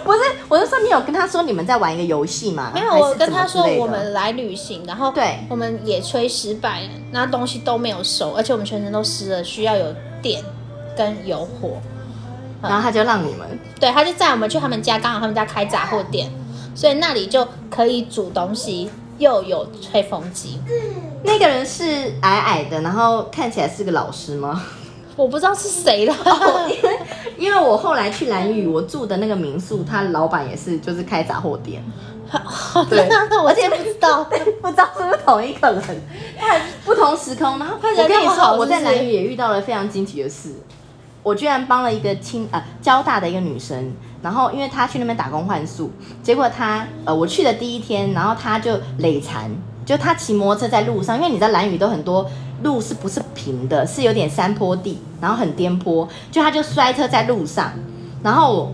A: 不是，我是说你有跟他说你们在玩一个游戏吗？
B: 没有，
A: 还是
B: 我跟
A: 怎么
B: 他
A: 之
B: 说
A: 类的
B: 我们来旅行，然后
A: 对
B: 我们野炊失败，那东西都没有熟，而且我们全身都湿了，需要有电跟有火。
A: 然后他就让你们，
B: 对，他就载我们去他们家，刚好他们家开杂货店，所以那里就可以煮东西，又有吹风机。
A: 那个人是矮矮的，然后看起来是个老师吗？
B: 我不知道是谁了，
A: 因为我后来去兰屿，我住的那个民宿，他老板也是就是开杂货店， 对
B: 我也不知 道。
A: 不知道是不是同一个人，他不同时空。然后我跟
B: 人
A: 你
B: 那么好
A: 说，我在
B: 是不是
A: 兰屿也遇到了非常惊奇的事，我居然帮了一个清呃交大的一个女生，然后因为她去那边打工换宿，结果她呃我去的第一天，然后她就累残，就她骑摩托车在路上，因为你知道兰屿都很多路是不是平的，是有点山坡地，然后很颠簸，就她就摔车在路上，然后我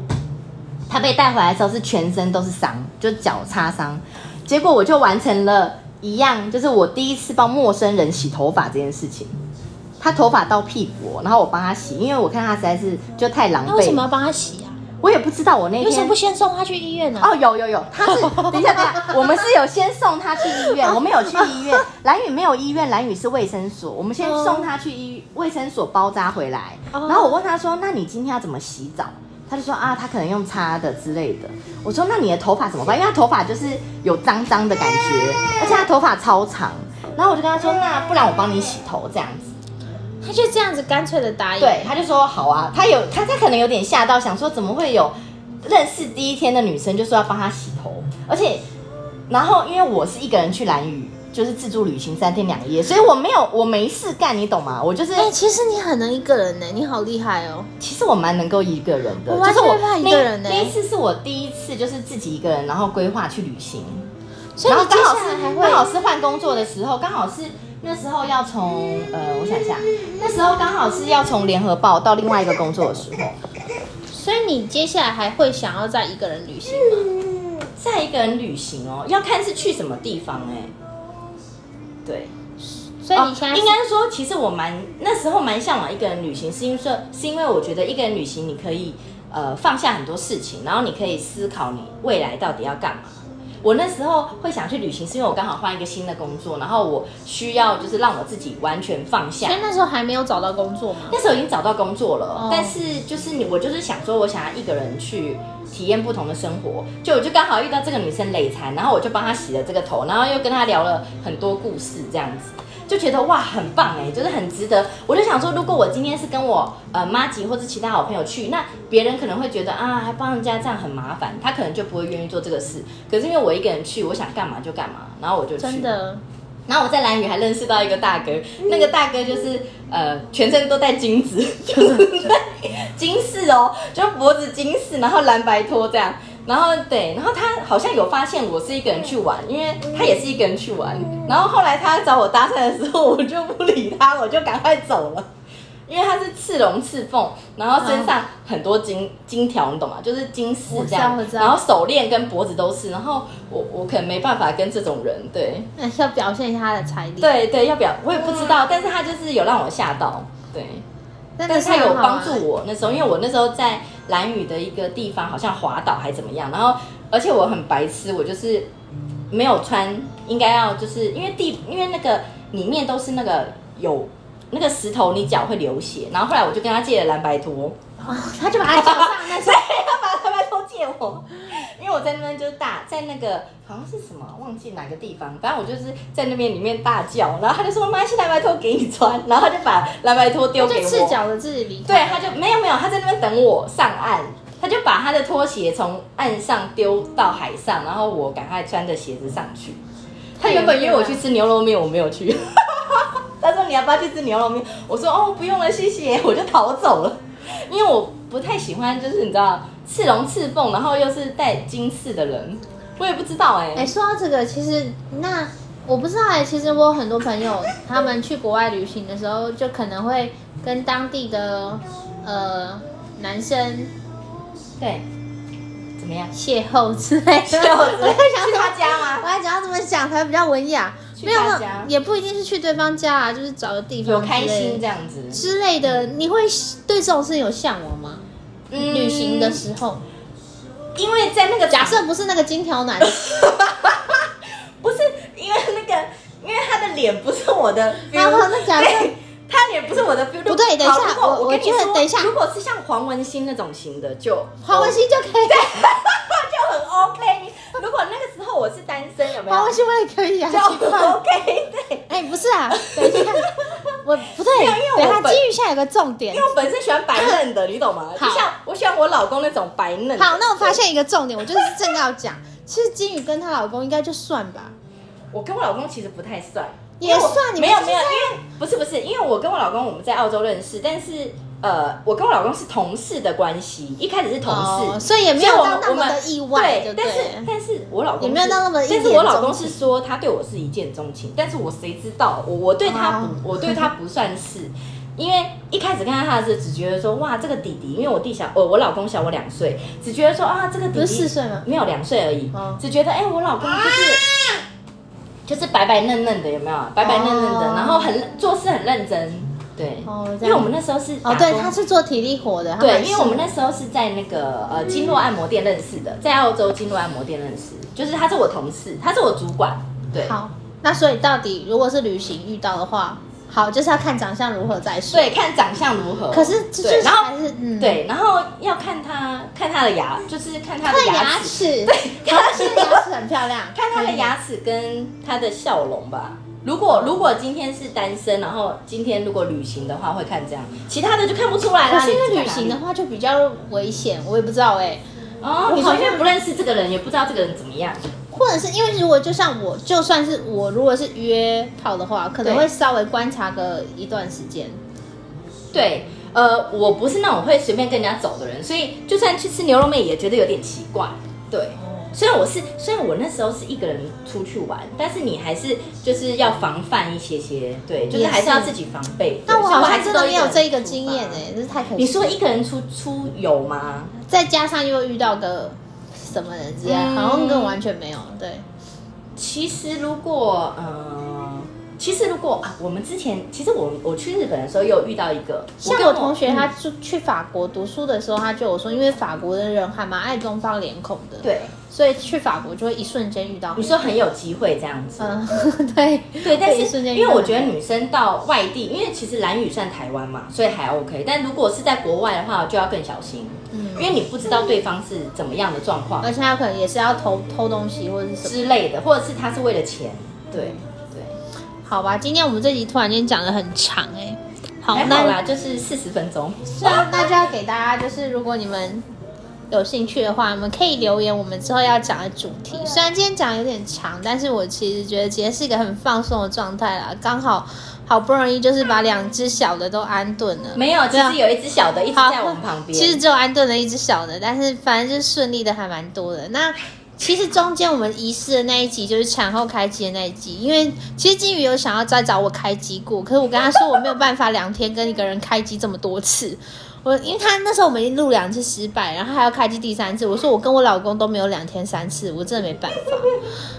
A: 他被带回来的时候是全身都是伤，就是脚擦伤。结果我就完成了一样，就是我第一次帮陌生人洗头发这件事情。他头发到屁股哦，然后我帮他洗，因为我看他实在是就太狼
B: 那为什么
A: 狈。
B: 要帮他洗啊？
A: 我也不知道我那
B: 为什么
A: 天
B: 不先送他去医院啊呢、
A: 哦，有有有，他 是等一下等一下，我们是有先送他去医院，我们有去医 院，蓝宇没有医院，蓝宇是卫生所，我们先
B: 哦
A: 送他去医卫生所包扎回来，
B: 哦
A: 然后我问他说，那你今天要怎么洗澡？他就说啊，他可能用擦的之类的。我说那你的头发怎么办？因为他头发就是有脏脏的感觉，而且他头发超长。然后我就跟他说，那不然我帮你洗头这样子。
B: 他就这样子干脆的答应。
A: 对，他就说好啊，他有他他可能有点吓到，想说怎么会有认识第一天的女生就说要帮他洗头，而且然后因为我是一个人去兰屿，就是自助旅行三天两夜，所以我没有我没事干，你懂吗？我 就是、
B: 哎、其实你很能一个人呢、你好厉害哦。
A: 其实我蛮能够一个人的，
B: 嗯我完
A: 就是我
B: 全不怕一
A: 那
B: 个人欸
A: 那一次是我第一次就是自己一个人，然后规划去旅行，
B: 所以
A: 然后
B: 你接
A: 刚好
B: 下来还
A: 是
B: 会
A: 刚好是换工作的时候，刚好是那时候要从呃，我想一下，那时候刚好是要从联合报到另外一个工作的时候。
B: 所以你接下来还会想要再一个人旅行吗？
A: 再一个人旅行哦，要看是去什么地方哎、对，
B: 所以
A: 哦
B: 你现在是、
A: 应该说，其实我蛮那时候蛮向往一个人旅行，是因为说是因为我觉得一个人旅行你可以呃放下很多事情，然后你可以思考你未来到底要干嘛。我那时候会想去旅行，是因为我刚好换一个新的工作，然后我需要就是让我自己完全放下
B: 所以。那时候还没有找到工作吗？
A: 那时候已经找到工作了，
B: 哦
A: 但是就是你，我就是想说，我想要一个人去体验不同的生活。就我就刚好遇到这个女生累残，然后我就帮她洗了这个头，然后又跟她聊了很多故事，这样子就觉得哇，很棒哎，就是很值得。我就想说，如果我今天是跟我呃妈吉或者其他好朋友去，那别人可能会觉得啊，还帮人家这样很麻烦，他可能就不会愿意做这个事。可是因为我一个人去，我想干嘛就干嘛，然后我就去。
B: 真的，
A: 然后我在兰屿还认识到一个大哥，
B: 嗯
A: 那个大哥就是呃全身都戴金子， 就是戴金饰哦，就脖子金饰，然后蓝白拖这样。然后对，然后他好像有发现我是一个人去玩，因为他也是一个人去玩。
B: 嗯
A: 然后后来他找我搭讪的时候，我就不理他，我就赶快走了。因为他是赤龙赤凤，然后身上很多金、金条，你懂吗？就是金饰这样
B: 我知道我，知道
A: 然后手链跟脖子都是。然后我我可能没办法跟这种人对，
B: 那哎要表现一下他的财力。，
A: 对对，要表我也不知道，但是他就是有让我吓到，对，
B: 但
A: 但是他有帮助
B: 我。
A: 我那时候，因为我那时候在蓝屿的一个地方好像滑倒还怎么样，然后而且我很白痴，我就是没有穿，应该要就是因为地因为那个里面都是那个有那个石头，你脚会流血，然后后来我就跟他借了蓝白拖。
B: 哦 他就 把他脚上 那
A: 所以要把他们都借我，因为我在那边就是大，在那个好像是什么忘记哪个地方，反正我就是在那边里面大叫，然后他就说：“妈，去蓝白拖给你穿。”然后他就把蓝白拖丢
B: 他
A: 给
B: 就
A: 我，
B: 赤脚的自己离
A: 对，
B: 开。
A: 他就没有没有，他在那边等我上岸，他就把他的拖鞋从岸上丢到海上，然后我赶快穿着鞋子上去。他原本约我去吃牛肉面，我没有去。 他说你要不要去吃牛肉面？我说哦不用了，谢谢，我就逃走了。因为我不太喜欢，就是你知道刺龙刺凤，然后又是带金饰的人，我也不知道哎、
B: 哎、说到这个，其实那我不知道哎、其实我有很多朋友，他们去国外旅行的时候，就可能会跟当地的呃男生
A: 对，怎么样？
B: 邂逅之类的。
A: 去他
B: 想
A: 家
B: 我
A: 吗？
B: 还想要怎么讲才比较文雅，
A: 去
B: 没有
A: 他家，
B: 也不一定是去对方家啊，就是找个地方
A: 有开
B: 之类的
A: 心这样子，
B: 之类的。你会对这种事情有向往吗？
A: 嗯
B: 旅行的时候，
A: 因为在那个
B: 假设不是那个金 条男，
A: 不是因为那个，因为他的脸不是 我的 feel，
B: 然后啊那假设
A: 对他脸不是我的 feel，
B: 不对等一下
A: 好如果
B: 我
A: 我跟你
B: 我觉得
A: 说
B: 等一下
A: 如果是像黄文欣那种型的，就哦
B: 黄文，欣就可 以，
A: 就很 OK。如果那个时候我是单身，有没有？
B: 黄文欣我也可以啊，
A: 就
B: 去吧。
A: OK，对。
B: 哎、不是啊，等一下，我不对，
A: 没有因为我
B: 等一下
A: 本
B: 基于下有个重点
A: 因为。我本身喜欢白嫩的，你懂吗？
B: 好
A: 就像我喜欢我老公那种白嫩的。
B: 好，那我发现一个重点，我就是正要讲，其实金宇跟她老公应该就算吧，
A: 我跟我老公其实不太算，
B: 也
A: 因为我
B: 算你们
A: 没有
B: 就是
A: 没有，因为不是不是，因为我跟我老公我们在澳洲认识，但是呃，我跟我老公是同事的关系，一开始是同事，
B: 哦所以也没有
A: 所以我
B: 到
A: 们
B: 那么
A: 我
B: 的
A: 们
B: 意外，
A: 对，
B: 就
A: 但是
B: 对。
A: 但是我老公
B: 也没有
A: 是
B: 到那么一
A: 但是
B: 见
A: 我老
B: 钟
A: 公是说他对我是一见钟情，但是我谁知道我我对他
B: 哦
A: 不我对他不算是，因为一开始看到他的时候只觉得说哇这个弟弟，因为我弟小我我老公小我两岁，只觉得说啊这个弟
B: 不
A: 弟
B: 是四岁吗？
A: 没有两岁而已，
B: 哦啊
A: 只觉得哎、我老公就是。就是白白嫩嫩的，有没有？白白嫩嫩的，
B: 哦
A: 然后很做事很认真，对。
B: 哦这样
A: 因为我们那时候是打
B: 哦，对，
A: 工
B: 他是做体力活的，他
A: 对，
B: 蛮
A: 因为我们
B: 适
A: 那时候是在那个呃经络按摩店认识的，在澳洲经络按摩店认识，就是他是我同事，他是我主管，对
B: 合。好，那所以到底如果是旅行遇到的话，好就是要看长相如何再说。
A: 对，，看长相如何。
B: 可是这
A: 对，
B: 就是
A: 然后
B: 还是嗯，，
A: 对，然后要看他看他的牙，就是看他的
B: 看
A: 牙
B: 牙
A: 齿，
B: 齿，对，牙齿牙齿很漂亮，嗯
A: 看他的牙齿跟他的笑容吧。如果如果今天是单身，然后今天如果旅行的话，会看这样，其他的就看不出来
B: 可
A: 啦。
B: 是因
A: 你
B: 为
A: 看
B: 旅
A: 哪
B: 行
A: 里
B: 的话就比较危险，我也不知道哎、
A: 哦，
B: 我
A: 你
B: 好
A: 说
B: 像
A: 因为不认识这个人，也不知道这个人怎么样。
B: 或者是因为如果就像我，就算是我如果是约炮的话，可能
A: 对
B: 会稍微观察个一段时间。
A: 对，呃，我不是那种会随便跟人家走的人，所以就算去吃牛肉面也觉得有点奇怪。对，
B: 哦
A: 虽然我是虽然我那时候是一个人出去玩，但是你还是就是要防范一些些，对，就是
B: 也
A: 还是要
B: 是
A: 自己防备。
B: 那
A: 对
B: 我
A: 所以
B: 好
A: 还
B: 像
A: 是
B: 真
A: 都
B: 的
A: 一
B: 没有
A: 人
B: 这一个
A: 出
B: 经
A: 发
B: 验哎、这太可惜了。
A: 你说一个人出出游吗？
B: 再加上又遇到个什么人之类，
A: 嗯
B: 好像跟我完全没有对。
A: 其实如果呃，其实如果啊，我们之前其实我我去日本的时候有遇到一个，
B: 像
A: 跟
B: 我同学，
A: 嗯
B: 他就去法国读书的时候，他就有说，因为法国的人还蛮爱东方脸孔的，，
A: 对
B: 所以去法国就会一瞬间遇到
A: 你。说很有机会这样子，
B: 嗯， 对
A: 对，但
B: 一
A: 是
B: 瞬间遇
A: 因
B: 到
A: 为我觉得女生到外地，因为其实蓝雨算台湾嘛，所以还 OK。但如果是在国外的话，就要更小心，
B: 嗯
A: 因为你不知道对方是怎么样的状况
B: 而且他可能也是要偷偷东西或者是什么。
A: 之类的，或者是他是为了钱，对对，
B: 好吧，今天我们这集突然间讲的很长哎、好，
A: 还好
B: 那
A: 啦，就是四十分钟。
B: 是啊，那就要给大家就是，如果你们有兴趣的话，你们可以留言我们之后要讲的主题。虽然今天讲有点长，但是我其实觉得今天是一个很放松的状态啦，刚好好不容易就是把两只小的都安顿了。
A: 没有，其
B: 对啊
A: 实有一只小的一直
B: 好
A: 在我们旁边。
B: 其实只有安顿了一只小的，但是反正就是顺利的还蛮多的。那其实中间我们遗失的那一集就是产后开机的那一集，因为其实金鱼有想要再找我开机过，可是我跟他说我没有办法两天跟一个人开机这么多次。我因为他那时候我们已经录两次失败，然后还要开机第三次，我说我跟我老公都没有两天三次，我真的没办法。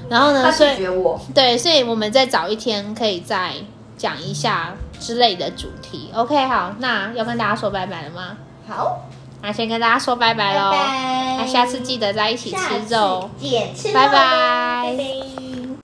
B: 然后呢，
A: 他
B: 所以
A: 拒绝我，
B: 对，所以我们再找一天可以再讲一下之类的主题。OK，好，那要跟大家说拜拜了吗？
A: 好，
B: 那先跟大家说拜拜喽，
A: 拜
B: 那下次记得再一起
A: 下
B: 吃
A: 次
B: 肉，
A: 见，吃肉
B: 拜拜
A: 拜拜